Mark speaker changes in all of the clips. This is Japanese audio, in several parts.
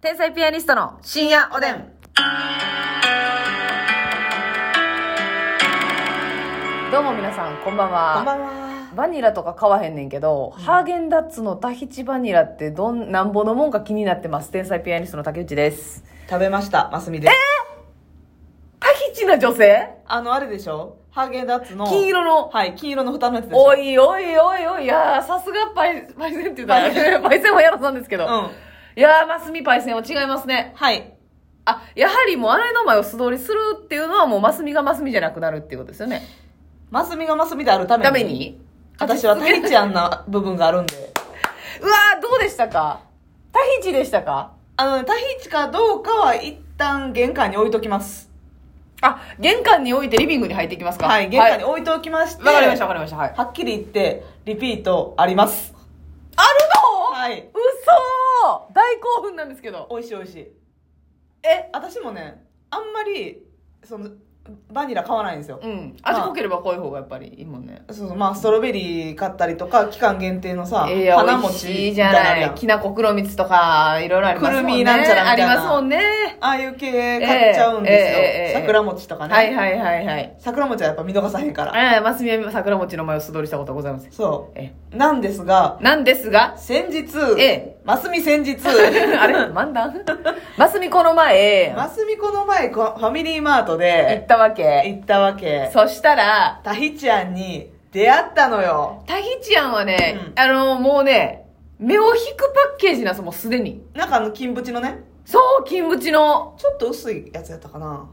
Speaker 1: 天才ピアニストの深夜おでん。どうも皆さん、こんばんは。
Speaker 2: こんばんは。
Speaker 1: バニラとか買わへんねんけど、ハーゲンダッツのタヒチバニラってどん、なんぼのもんか気になってます。天才ピアニストの竹内です。
Speaker 2: 食べました、ますみです。
Speaker 1: タヒチな女性
Speaker 2: あの、あれでしょハーゲンダッツの。
Speaker 1: 金色の。
Speaker 2: はい、金色の蓋のやつでしょ
Speaker 1: おいおいおいおい、いやーさすがパイ、パイセンって言ったら、 パイセンはやらさんですけど。
Speaker 2: うん。
Speaker 1: いやー、マスミパイセンは違いますね。
Speaker 2: はい。
Speaker 1: あ、やはりもう、あれの前を素通りするっていうのはもう、マスミがマスミじゃなくなるっていうことですよね。
Speaker 2: ますみがますみであるために。
Speaker 1: ダメに
Speaker 2: 私はタヒチアンな部分があるんで。
Speaker 1: うわー、どうでしたかタヒチでしたか
Speaker 2: あの、タヒチかどうかは一旦玄関に置いときます。
Speaker 1: あ、玄関に置いてリビングに入っていきますか
Speaker 2: はい、玄関に置いておきまして。
Speaker 1: はいわ、かりました、わかりました。 はい。
Speaker 2: はっきり言って、リピートあります。
Speaker 1: あるの、
Speaker 2: はい。
Speaker 1: 嘘ー大興奮なんですけど。
Speaker 2: 美味しい美味しい。
Speaker 1: え
Speaker 2: 私もね、あんまり、その、バニラ買わないんですよ。
Speaker 1: うん。味濃ければ濃い方がやっぱりいいもんね。
Speaker 2: そうそう、まあ、ストロベリー買ったりとか、期間限定のさ、
Speaker 1: ええや、
Speaker 2: 花
Speaker 1: 美味
Speaker 2: 餅
Speaker 1: しい
Speaker 2: み
Speaker 1: じ
Speaker 2: た
Speaker 1: ゃ
Speaker 2: いなのあ
Speaker 1: な
Speaker 2: るや
Speaker 1: い。
Speaker 2: ん
Speaker 1: きなこ黒蜜とか、いろいろありますもんね。
Speaker 2: くるみなんちゃらみたいな
Speaker 1: ありますもんね。
Speaker 2: ああいう系買っちゃうんですよ。
Speaker 1: ええええええ
Speaker 2: 桜餅とかね、
Speaker 1: はいはいはいはい。
Speaker 2: 桜餅はやっぱ見逃さへんから。
Speaker 1: ええ、ますみは桜餅の前を素通りしたことはございません。
Speaker 2: そ
Speaker 1: え
Speaker 2: う。なんですが、
Speaker 1: え。なんですが、
Speaker 2: 先日、
Speaker 1: え
Speaker 2: ますみ先日、
Speaker 1: あれ漫談 ますみこの前、行
Speaker 2: ますみこの前、こファミリーマートで
Speaker 1: ったわけ。
Speaker 2: 行ったわけ。
Speaker 1: そしたら、
Speaker 2: タヒチアンに出会ったのよ。
Speaker 1: タヒチアンはね、
Speaker 2: うん
Speaker 1: あの、もうね、目を引くパッケージなんですもうすでに。
Speaker 2: なんかあの、金縁のね、
Speaker 1: そう、金縁の。
Speaker 2: ちょっと薄いやつやったかな。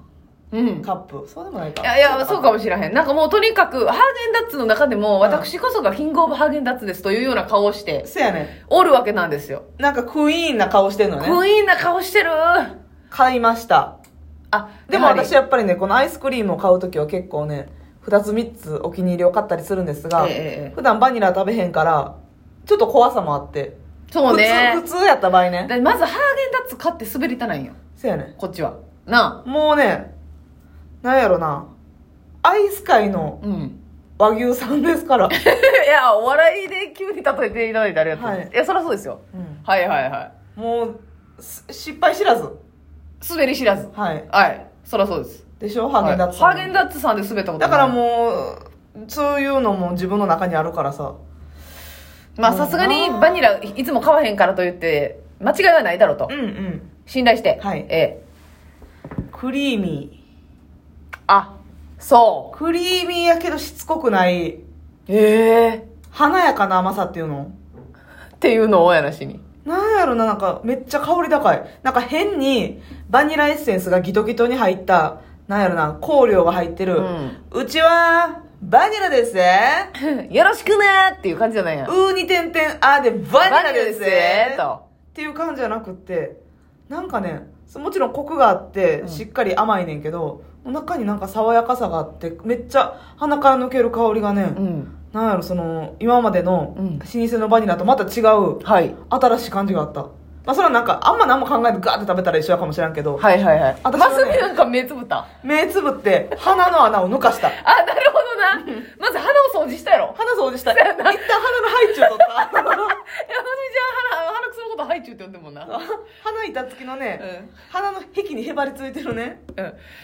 Speaker 1: うん。
Speaker 2: カップ。そうでもないか。
Speaker 1: いや、いや、そうかもしらへん。なんかもうとにかく、ハーゲンダッツの中でも、私こそがキングオブハーゲンダッツですというような顔をして、
Speaker 2: せやね。
Speaker 1: おるわけなんですよ。
Speaker 2: なんかクイーンな顔してんの
Speaker 1: ク
Speaker 2: ね。
Speaker 1: イーンな顔してる
Speaker 2: 買いました
Speaker 1: あ、
Speaker 2: でも私
Speaker 1: は、
Speaker 2: やっぱりねこのアイスクリームを買う時は結構ね2つ3つお気に入りを買ったりするんですが、
Speaker 1: ええええ
Speaker 2: 普段バニラ食べへんからちょっと怖さもあって
Speaker 1: そうね。
Speaker 2: 普通普通やった場合ね
Speaker 1: でまずハーゲンダッツ買って滑りたないんよ。
Speaker 2: せやね
Speaker 1: こっちは。な
Speaker 2: もうねなんやろなアイス界の
Speaker 1: あ。うん。
Speaker 2: 和牛さんですか ら、
Speaker 1: いや、お笑いで急に例えていただいてありがとうございます。
Speaker 2: はい
Speaker 1: い、や、そりゃそうですよ。
Speaker 2: うん
Speaker 1: はいはいは
Speaker 2: もうす失敗知らず
Speaker 1: い。滑り知らず。
Speaker 2: はい
Speaker 1: はい。そりゃそうです。
Speaker 2: でしょハーゲンダッツさん、
Speaker 1: はいハーゲンダッツさんで滑ったこと
Speaker 2: だから
Speaker 1: う。
Speaker 2: もうそういうのも自分の中にあるからさ
Speaker 1: まあさすがにバニラいつも買わへんからと言って、間違いはないだろうと
Speaker 2: う。んうん
Speaker 1: 信頼して。
Speaker 2: はい
Speaker 1: ええ。
Speaker 2: クリーミー
Speaker 1: あ、そう。
Speaker 2: クリーミーやけどしつこくない
Speaker 1: ええ
Speaker 2: 華やかな甘さっていうの
Speaker 1: っていうのをやなしに。
Speaker 2: なんやろななんかめっちゃ香り高いなんか変にバニラエッセンスがギトギトに入ったなんやろな香料が入ってる、
Speaker 1: う
Speaker 2: うんちはバニラですぜ
Speaker 1: よろしくねーっていう感じじゃないや。
Speaker 2: うーに点々あーでバニラですぜ
Speaker 1: バニラと。
Speaker 2: っていう感じじゃなくってなんかねそもちろんコクがあって
Speaker 1: うん
Speaker 2: しっかり甘いねんけど、中になんか爽やかさがあってめっちゃ鼻から抜ける香りがね、
Speaker 1: うん。
Speaker 2: なんやろその今までの
Speaker 1: うん
Speaker 2: 老舗のバニラとまた違う
Speaker 1: はい。
Speaker 2: 新しい感じがあった、まあ、それはなんかあんま何も考えてガーって食べたら一緒やかもしれんけど
Speaker 1: はいはいはい。
Speaker 2: 私
Speaker 1: マ
Speaker 2: は
Speaker 1: ス
Speaker 2: ね
Speaker 1: ミなんか目つぶった。
Speaker 2: 目つぶって鼻の穴を抜かした
Speaker 1: あ、なるほどな。まず鼻を掃除したやろ。
Speaker 2: 鼻掃除した一
Speaker 1: そう
Speaker 2: 旦
Speaker 1: や
Speaker 2: 鼻の
Speaker 1: な
Speaker 2: 配置を取っ
Speaker 1: いや、まずみちゃん鼻、鼻くそのことハイチュウって呼んでんもんな。
Speaker 2: た 鼻板付きのね、
Speaker 1: う
Speaker 2: 鼻の壁にへばりついてるね
Speaker 1: ん。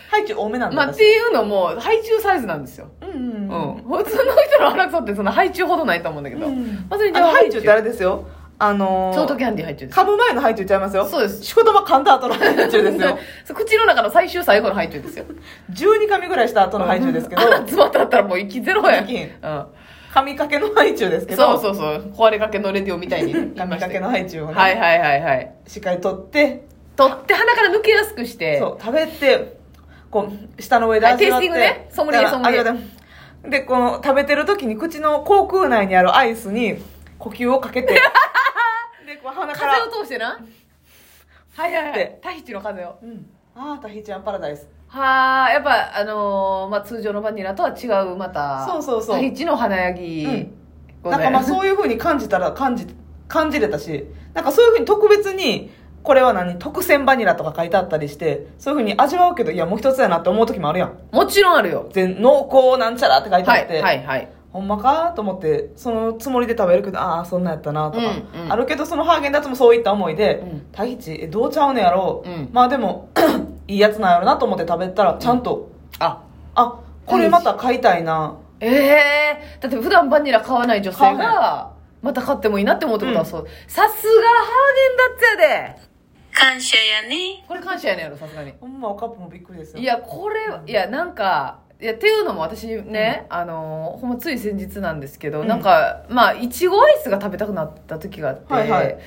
Speaker 2: 配置多めな
Speaker 1: うんん。
Speaker 2: だ
Speaker 1: まあ、っていうのも、ハイチュウサイズなんですよ。
Speaker 2: 私う
Speaker 1: う。
Speaker 2: んうんんう
Speaker 1: 普
Speaker 2: ん
Speaker 1: 通の人の鼻くそってそのハイチュウほどないと思うんだけど。
Speaker 2: うん
Speaker 1: まずみち
Speaker 2: あ
Speaker 1: ゃん
Speaker 2: の
Speaker 1: はハ
Speaker 2: 配
Speaker 1: イチ
Speaker 2: 置
Speaker 1: ュウ
Speaker 2: ってあれですよあの
Speaker 1: ショート
Speaker 2: ー、
Speaker 1: キャンディーハイチュウです。
Speaker 2: 噛む前の配置ちゃいますよ
Speaker 1: そうです
Speaker 2: 仕事場噛んだ後の配置ですよ
Speaker 1: そう口の中の最終最後のハイチュウですよ。
Speaker 2: 12噛みぐらいした後の配置ですけど
Speaker 1: あら詰まったったらもう息ゼロやん。
Speaker 2: 息
Speaker 1: うん。
Speaker 2: 神掛けのハイチュウですけど
Speaker 1: そうそうそう。壊れかけのレディオみたいに言い
Speaker 2: 神
Speaker 1: ました
Speaker 2: 掛
Speaker 1: け
Speaker 2: け
Speaker 1: ど。
Speaker 2: のハイチュウをね、
Speaker 1: はいはいはいはい。
Speaker 2: しっかり取って、
Speaker 1: 取って鼻から抜けやすくして。
Speaker 2: そう食べてこう舌の上で
Speaker 1: はい
Speaker 2: 味わって、
Speaker 1: テイスティングねソムリエ
Speaker 2: だか
Speaker 1: ソ
Speaker 2: ら
Speaker 1: ムリエ
Speaker 2: 味わってでこの食べてる時に口の口腔内にあるアイスに呼吸をかけ てでこう鼻から
Speaker 1: 風を通してな。はいはいは
Speaker 2: で
Speaker 1: い。タヒチの風を。
Speaker 2: うん、ああタヒチアンパラダイス
Speaker 1: はあ、やっぱ、あのーまあ、通常のバニラとは違う、また、
Speaker 2: そうそうそう
Speaker 1: タヒチの花やぎ、
Speaker 2: うん
Speaker 1: ご
Speaker 2: な
Speaker 1: ざ
Speaker 2: んか
Speaker 1: い
Speaker 2: まあ
Speaker 1: ます。
Speaker 2: そういう風に感じたら感じ感じれたしなんかそういう風に特別にこれは何特選バニラとか書いてあったりしてそういう風に味わうけどいやもう一つやなって思う時もあるやん
Speaker 1: もちろんあるよ。
Speaker 2: 全濃厚なんちゃらって書いてあ
Speaker 1: は
Speaker 2: って、
Speaker 1: い、はい、はい。
Speaker 2: ほんまかと思ってそのつもりで食べるけどああそんなんやったなとか、
Speaker 1: うんうん
Speaker 2: あるけどそのハーゲンダッツもそういった思いで、
Speaker 1: うん
Speaker 2: タヒチえどうちゃうのやろう、
Speaker 1: うん
Speaker 2: まあでも いいやつなんやろなと思って食べたらちゃんと、
Speaker 1: あ
Speaker 2: あこれまた買いたいな、
Speaker 1: ええだって普段バニラ買わない女性
Speaker 2: 買わ
Speaker 1: がまた買ってもいいなって思うってことは
Speaker 2: うん
Speaker 1: そう、さすがハーゲンダッツやで
Speaker 3: 感謝やね。
Speaker 1: これ感謝やねんやろさすがに
Speaker 2: ほんまおカップもびっくりですよ
Speaker 1: いやこれいやなんかいやっていうのも私ね、あのーほんまつい先日なんですけど、
Speaker 2: うん
Speaker 1: なんかまあいちごアイスが食べたくなった時があって、
Speaker 2: はいはい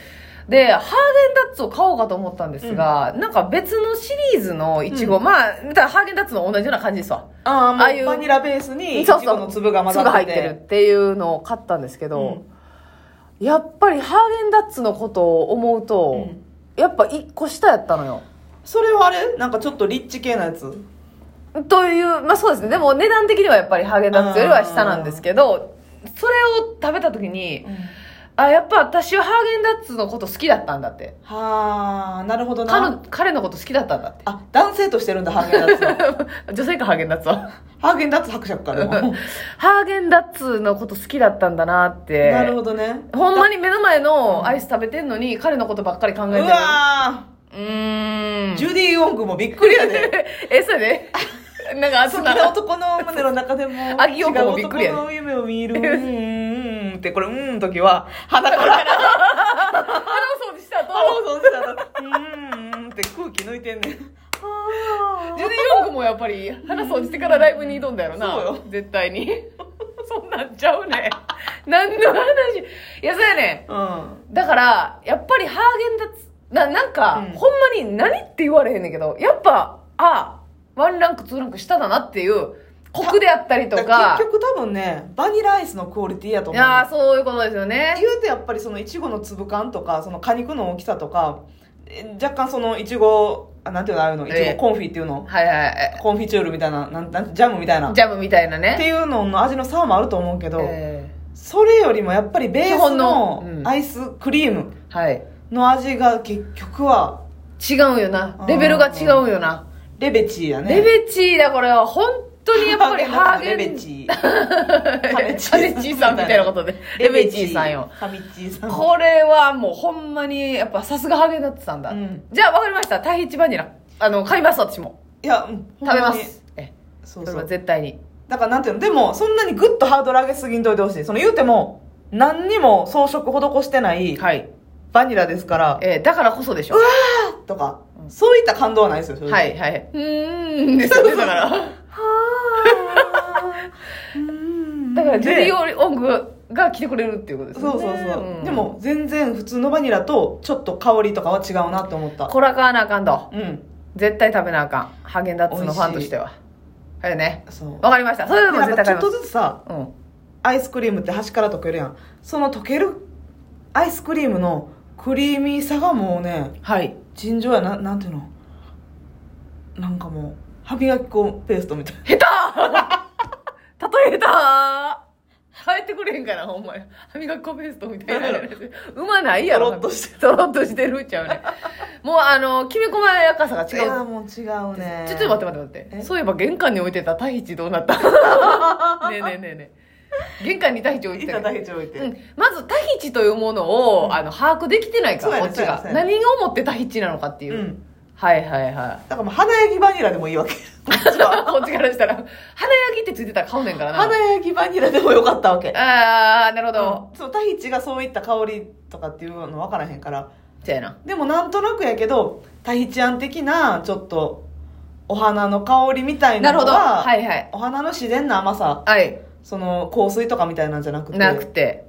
Speaker 1: でハーゲンダッツを買おうかと思ったんですが、なんか別のシリーズのいちご、
Speaker 2: う
Speaker 1: まあ見たらハーゲンダッツの同じような感じですわ
Speaker 2: ああも
Speaker 1: ああいう
Speaker 2: うバニラベースにいち
Speaker 1: そうそう
Speaker 2: ごの粒が混ざ
Speaker 1: 粒
Speaker 2: って
Speaker 1: が入ってるっていうのを買ったんですけど、やっぱりハーゲンダッツのことを思う
Speaker 2: う
Speaker 1: と
Speaker 2: ん、、うん
Speaker 1: やっぱ一個下やったのよ
Speaker 2: それはあれなんかちょっとリッチ系なやつ
Speaker 1: という、まあそうですね。でも値段的にはやっぱりハーゲンダッツよりは下なんですけど、それを食べた時に、あ、やっぱ私はハーゲンダッツのこと好きだったんだって。
Speaker 2: はあなるほどな
Speaker 1: 彼彼のこと好きだったんだって。
Speaker 2: あ男性としてるんだハーゲンダッツは
Speaker 1: 女性かハーゲンダッツは。
Speaker 2: ハーゲンダッツ伯爵かでも
Speaker 1: ハーゲンダッツのこと好きだったんだなって。
Speaker 2: なるほどね
Speaker 1: ほんまに目の前のアイス食べてんのに彼のことばっかり考
Speaker 2: う
Speaker 1: えてる。
Speaker 2: わ
Speaker 1: うーん。
Speaker 2: ージュディ・ウォングもびっくりやで
Speaker 1: え、そうやね。なんか、
Speaker 2: 好
Speaker 1: そ
Speaker 2: き
Speaker 1: んな
Speaker 2: な男の胸の中でも違う
Speaker 1: アギヨコもびっくりやで
Speaker 2: 男の夢を見るうーんってこれうーんの時は鼻から
Speaker 1: 鼻を掃除した後、
Speaker 2: 鼻を損したらうーんって空気抜いてんねん
Speaker 1: ジュディ・ヨングもやっぱり鼻掃除してからライブに挑んだやろな。
Speaker 2: そうよ
Speaker 1: 絶対に。 そんなんちゃうね。何の話。いや、そうやね
Speaker 2: うん
Speaker 1: ん。だから、やっぱりハーゲンダッツ、な、なんか、
Speaker 2: うん
Speaker 1: ほんまに何って言われへんねんけど、やっぱ、あ、ワンランク、ツーランク下だなっていう、コクであったりと
Speaker 2: だから
Speaker 1: か、
Speaker 2: 結局多分ねバニラアイスのクオリティやと
Speaker 1: い
Speaker 2: 思う
Speaker 1: やーそういうことですよね。
Speaker 2: 言うてやっぱりそのいちごの粒感とかその果肉の大きさとかえ若干そのいちごあなんていうのああいうのいち
Speaker 1: ええ
Speaker 2: ごコンフィっていうの
Speaker 1: はいはい。
Speaker 2: コンフィチュールみたいななんなんジャムみたいなっ
Speaker 1: ジャムみたいな
Speaker 2: て
Speaker 1: ね。
Speaker 2: いうのの味の差もあると思うけど、
Speaker 1: え
Speaker 2: それよりもやっぱりベー
Speaker 1: 基
Speaker 2: ス
Speaker 1: 本のう
Speaker 2: の
Speaker 1: ん
Speaker 2: アイスクリーム
Speaker 1: ーはい。
Speaker 2: の味が結局は
Speaker 1: 違うよな。レベルが違うよな。
Speaker 2: レベチーやね
Speaker 1: レベチーだ、これは。本当にやっぱりハーゲン
Speaker 2: レベチー
Speaker 1: カネチーさんみたいなことで。レベチーさんよ。
Speaker 2: カミチーさん
Speaker 1: これはもうほんまに、やっぱさすがハーゲンダッツさんだ。
Speaker 2: うん
Speaker 1: じゃあわかりました。タヒチバニラ。あの、買います、私も。
Speaker 2: いやうんほん
Speaker 1: 食べま
Speaker 2: に
Speaker 1: す。え、
Speaker 2: そ
Speaker 1: そうれ
Speaker 2: そ
Speaker 1: は
Speaker 2: う
Speaker 1: 絶対に。
Speaker 2: だからなんていうの、でも、そんなにグッとハードル上げすぎんといてほしい。その言うても、何にも装飾施してない
Speaker 1: はい。
Speaker 2: バニラですから、
Speaker 1: えーだからこそでしょ。
Speaker 2: とか、そういった感動はないですよ、正直
Speaker 1: はい、はい。うーん、ですよね、だから。
Speaker 2: はぁー。
Speaker 1: だから、ジュデ
Speaker 2: を。
Speaker 1: ィ・オングが来てくれるっていうことです
Speaker 2: そ
Speaker 1: よ
Speaker 2: う
Speaker 1: ね。
Speaker 2: そうそう。
Speaker 1: ん
Speaker 2: で、も、全然普通のバニラと、ちょっと香りとかは違うなって思った。
Speaker 1: こら買わなあかんと。
Speaker 2: うん。
Speaker 1: 絶対食べなあかん。ハーゲンダッツのファンとしては。はいね。
Speaker 2: そう。
Speaker 1: わかりました。それでも
Speaker 2: なん
Speaker 1: 絶
Speaker 2: か
Speaker 1: 対
Speaker 2: ち
Speaker 1: 買
Speaker 2: ょ
Speaker 1: い
Speaker 2: っ
Speaker 1: ます。
Speaker 2: とずつさ、
Speaker 1: うん。
Speaker 2: アイスクリームって端から溶けるやん。その溶けるアイスクリームのクリーミーさがもうね、
Speaker 1: はい。
Speaker 2: 尋常やななんていうのなんかもう歯磨き粉ペーストみ たいな
Speaker 1: 下手例えた帰ってくれへんから、ほんまに。歯磨き粉ペーストみたいな。 うまないやろ。
Speaker 2: とろっとして
Speaker 1: る。とろっとしてるっちゃうね。もうあの、きめ細やかさが違。
Speaker 2: いうやもう違うね
Speaker 1: ちょっと待って待って待っ
Speaker 2: え
Speaker 1: て。そういえば玄関に置いてたタヒチどうな ったねえねえねえねえ。玄関にタヒチ置いて
Speaker 2: い
Speaker 1: た
Speaker 2: た
Speaker 1: け
Speaker 2: だ
Speaker 1: ど。
Speaker 2: けちょいて、
Speaker 1: うん、まずタヒチというものを、あの把握できてないか
Speaker 2: そう
Speaker 1: ら
Speaker 2: や
Speaker 1: こ
Speaker 2: ね
Speaker 1: っちが
Speaker 2: そうやねそうや
Speaker 1: 何をもってタヒチなのかっていう、
Speaker 2: うん
Speaker 1: はいはいはい
Speaker 2: だからもう花焼きバニラでもいいわけこっち は
Speaker 1: こっちからしたら、花焼きってついてたら買うねんからな。
Speaker 2: 花焼きバニラでもよかったわけ
Speaker 1: ああ、なるほど。
Speaker 2: そうタヒチがそういった香りとかっていうの分からへんから
Speaker 1: そうやな。
Speaker 2: でもなんとなくやけどタヒチアン的なちょっとお花の香りみたい
Speaker 1: な
Speaker 2: な
Speaker 1: る
Speaker 2: の
Speaker 1: ほど。
Speaker 2: は
Speaker 1: はいはい。
Speaker 2: お花の自然な甘さ
Speaker 1: はい。
Speaker 2: その香水とかみたいなんじゃなくて
Speaker 1: なくて。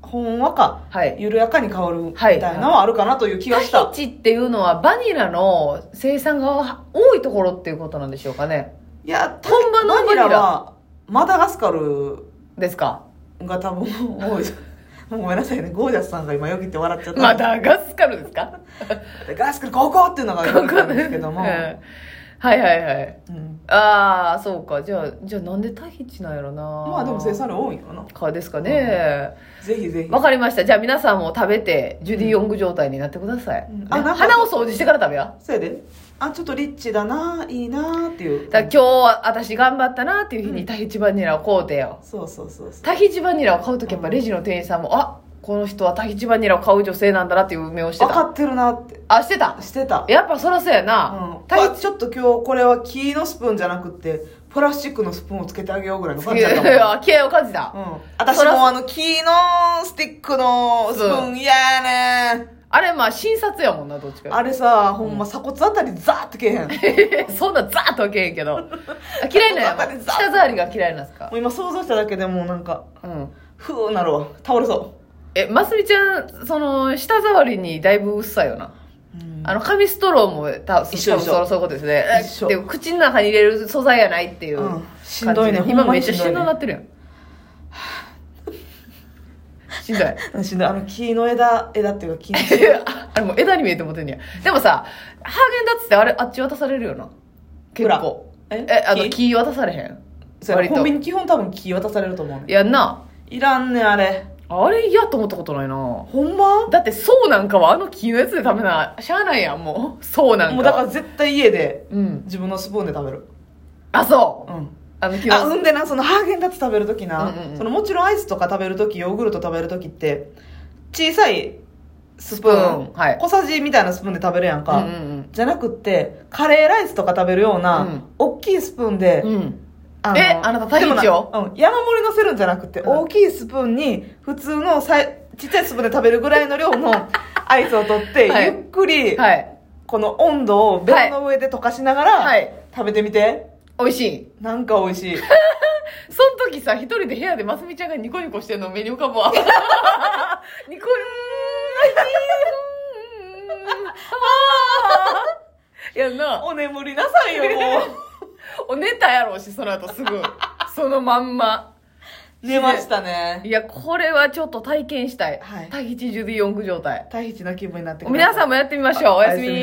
Speaker 2: ほんわか
Speaker 1: はい。
Speaker 2: 緩やかに香るみたいなのはあるかなという気がした、
Speaker 1: タヒチっていうのはバニラの生産が多いところっていうことなんでしょうかね。
Speaker 2: い、や
Speaker 1: 本場のバ
Speaker 2: バ
Speaker 1: ニ
Speaker 2: ニ
Speaker 1: ラ
Speaker 2: ラはマダガスカル
Speaker 1: ですか。
Speaker 2: が多分多い もうごめんなさいねゴージャスさんが今よぎって笑っちゃった
Speaker 1: マダガスカルですか
Speaker 2: ガスカルここっていうのがよくあるんですけども、
Speaker 1: うんはいはいはい。
Speaker 2: うん、
Speaker 1: ああ、そうか。じゃあ、じゃあなんでタヒチなんやろな。
Speaker 2: まあでも生産量多いんかな
Speaker 1: かですかね。
Speaker 2: ぜひぜひ
Speaker 1: わ、かりました。じゃあ皆さんも食べて、ジュディ・ヨング状態になってください。
Speaker 2: うん
Speaker 1: ね
Speaker 2: あなんか
Speaker 1: 鼻を掃除してから食べや。
Speaker 2: そうやであちょっとリッチだないいなっていう
Speaker 1: だから今日は私頑張ったなっていう日
Speaker 2: う
Speaker 1: に
Speaker 2: ん
Speaker 1: タヒチバニラを買うてよ。
Speaker 2: そうそうそうそう
Speaker 1: タヒチバニラを買うときやっぱレジの店員さんも、あこの人はタヒチバニラを買う女性なんだなっていう目をして
Speaker 2: 分か
Speaker 1: た。
Speaker 2: ってるなって
Speaker 1: あ、してた。
Speaker 2: してた
Speaker 1: やっぱそらそうやな。
Speaker 2: うん、
Speaker 1: タ
Speaker 2: あ
Speaker 1: ヒチ
Speaker 2: ちょっと今日これは木のスプーンじゃなくってプラスチックのスプーンをつけてあげようぐらいの感
Speaker 1: い
Speaker 2: じだったもん
Speaker 1: や、気合を感じた。
Speaker 2: うん、私もあの木のスティックのスプーン嫌やね
Speaker 1: あれまあ診察やもんな、どっちかいうと
Speaker 2: あれさほんま鎖骨あたりザーってけえへんもう
Speaker 1: そんなザーッとはけへんけ ど。あ嫌いなんやもん。舌触りが嫌いなんですか
Speaker 2: 今想像しただけでもうなんか
Speaker 1: うん。
Speaker 2: ふうなるわ倒れそ
Speaker 1: え、ますみちゃん、その、舌触りにだいぶうっさいよな。
Speaker 2: う、うん
Speaker 1: あの、紙ストローもた、
Speaker 2: 一緒
Speaker 1: 多分
Speaker 2: 一緒
Speaker 1: そろそういうことですね。え
Speaker 2: 一緒
Speaker 1: でも口の中に入れる素材やないっていう
Speaker 2: う
Speaker 1: 感
Speaker 2: ん
Speaker 1: じ
Speaker 2: し
Speaker 1: で。
Speaker 2: んどいねほ
Speaker 1: 今
Speaker 2: んま
Speaker 1: めっ
Speaker 2: に
Speaker 1: ち
Speaker 2: し
Speaker 1: ゃ
Speaker 2: ん
Speaker 1: しんど
Speaker 2: どい
Speaker 1: な
Speaker 2: ね
Speaker 1: ってるやん。しん どい。
Speaker 2: うんしんどいあの木の枝枝っていうか木の
Speaker 1: あれもう枝に見えてもてんねや。でもさ、ハーゲンダッツってあれ、あっち渡されるよな。結構。
Speaker 2: え
Speaker 1: え、あの、
Speaker 2: 木
Speaker 1: 木渡されへん
Speaker 2: そうや
Speaker 1: 割
Speaker 2: コ
Speaker 1: と
Speaker 2: ンビ。ニ基本多分木渡されると思うね
Speaker 1: やんな。
Speaker 2: いらんねんあれ
Speaker 1: あれ嫌と思ったことないな。
Speaker 2: ほんま
Speaker 1: だってそうなんかはあの木のやつで食べなしゃあないやんもうそうなんかは
Speaker 2: もうだから絶対家で
Speaker 1: うん
Speaker 2: 自分のスプーンで食べる
Speaker 1: あそう
Speaker 2: うん
Speaker 1: あの木
Speaker 2: あう
Speaker 1: の
Speaker 2: んでなそのハーゲンダッツ食べるときな、
Speaker 1: うんうんうん
Speaker 2: そのもちろんアイスとか食べるときヨーグルト食べるときって小さいスプーン
Speaker 1: スプーンはい
Speaker 2: 小さじみたいなスプーンで食べるやん
Speaker 1: う
Speaker 2: か、
Speaker 1: んうん
Speaker 2: じゃなくってカレーライスとか食べるような、
Speaker 1: うん
Speaker 2: 大きいスプーンで、
Speaker 1: うんうん
Speaker 2: あの
Speaker 1: えあなたタヒチを
Speaker 2: でもなうん、山盛り乗せるんじゃなくて、
Speaker 1: うん
Speaker 2: 大きいスプーンに普通のさいちっちゃいスプーンで食べるぐらいの量の アイスを取って、
Speaker 1: はい
Speaker 2: ゆっくり、
Speaker 1: はい
Speaker 2: この温度をベロの上で溶かしながら、
Speaker 1: はい
Speaker 2: 食べてみて
Speaker 1: 美味しい
Speaker 2: なんか美 味しい
Speaker 1: その時さ一人で部屋でますみちゃんがニコニコしてるの目に浮かぶわニコニコやんな
Speaker 2: お眠りなさいよ、も
Speaker 1: お寝たやろうしその後すぐそのまんま
Speaker 2: う。寝ましたね。
Speaker 1: いやこれはちょっと体験したい、
Speaker 2: はい
Speaker 1: タヒチジュディ・ヨング状態
Speaker 2: 大ヒチな気分になってください
Speaker 1: 皆さんもやってみましょう。おやすみ。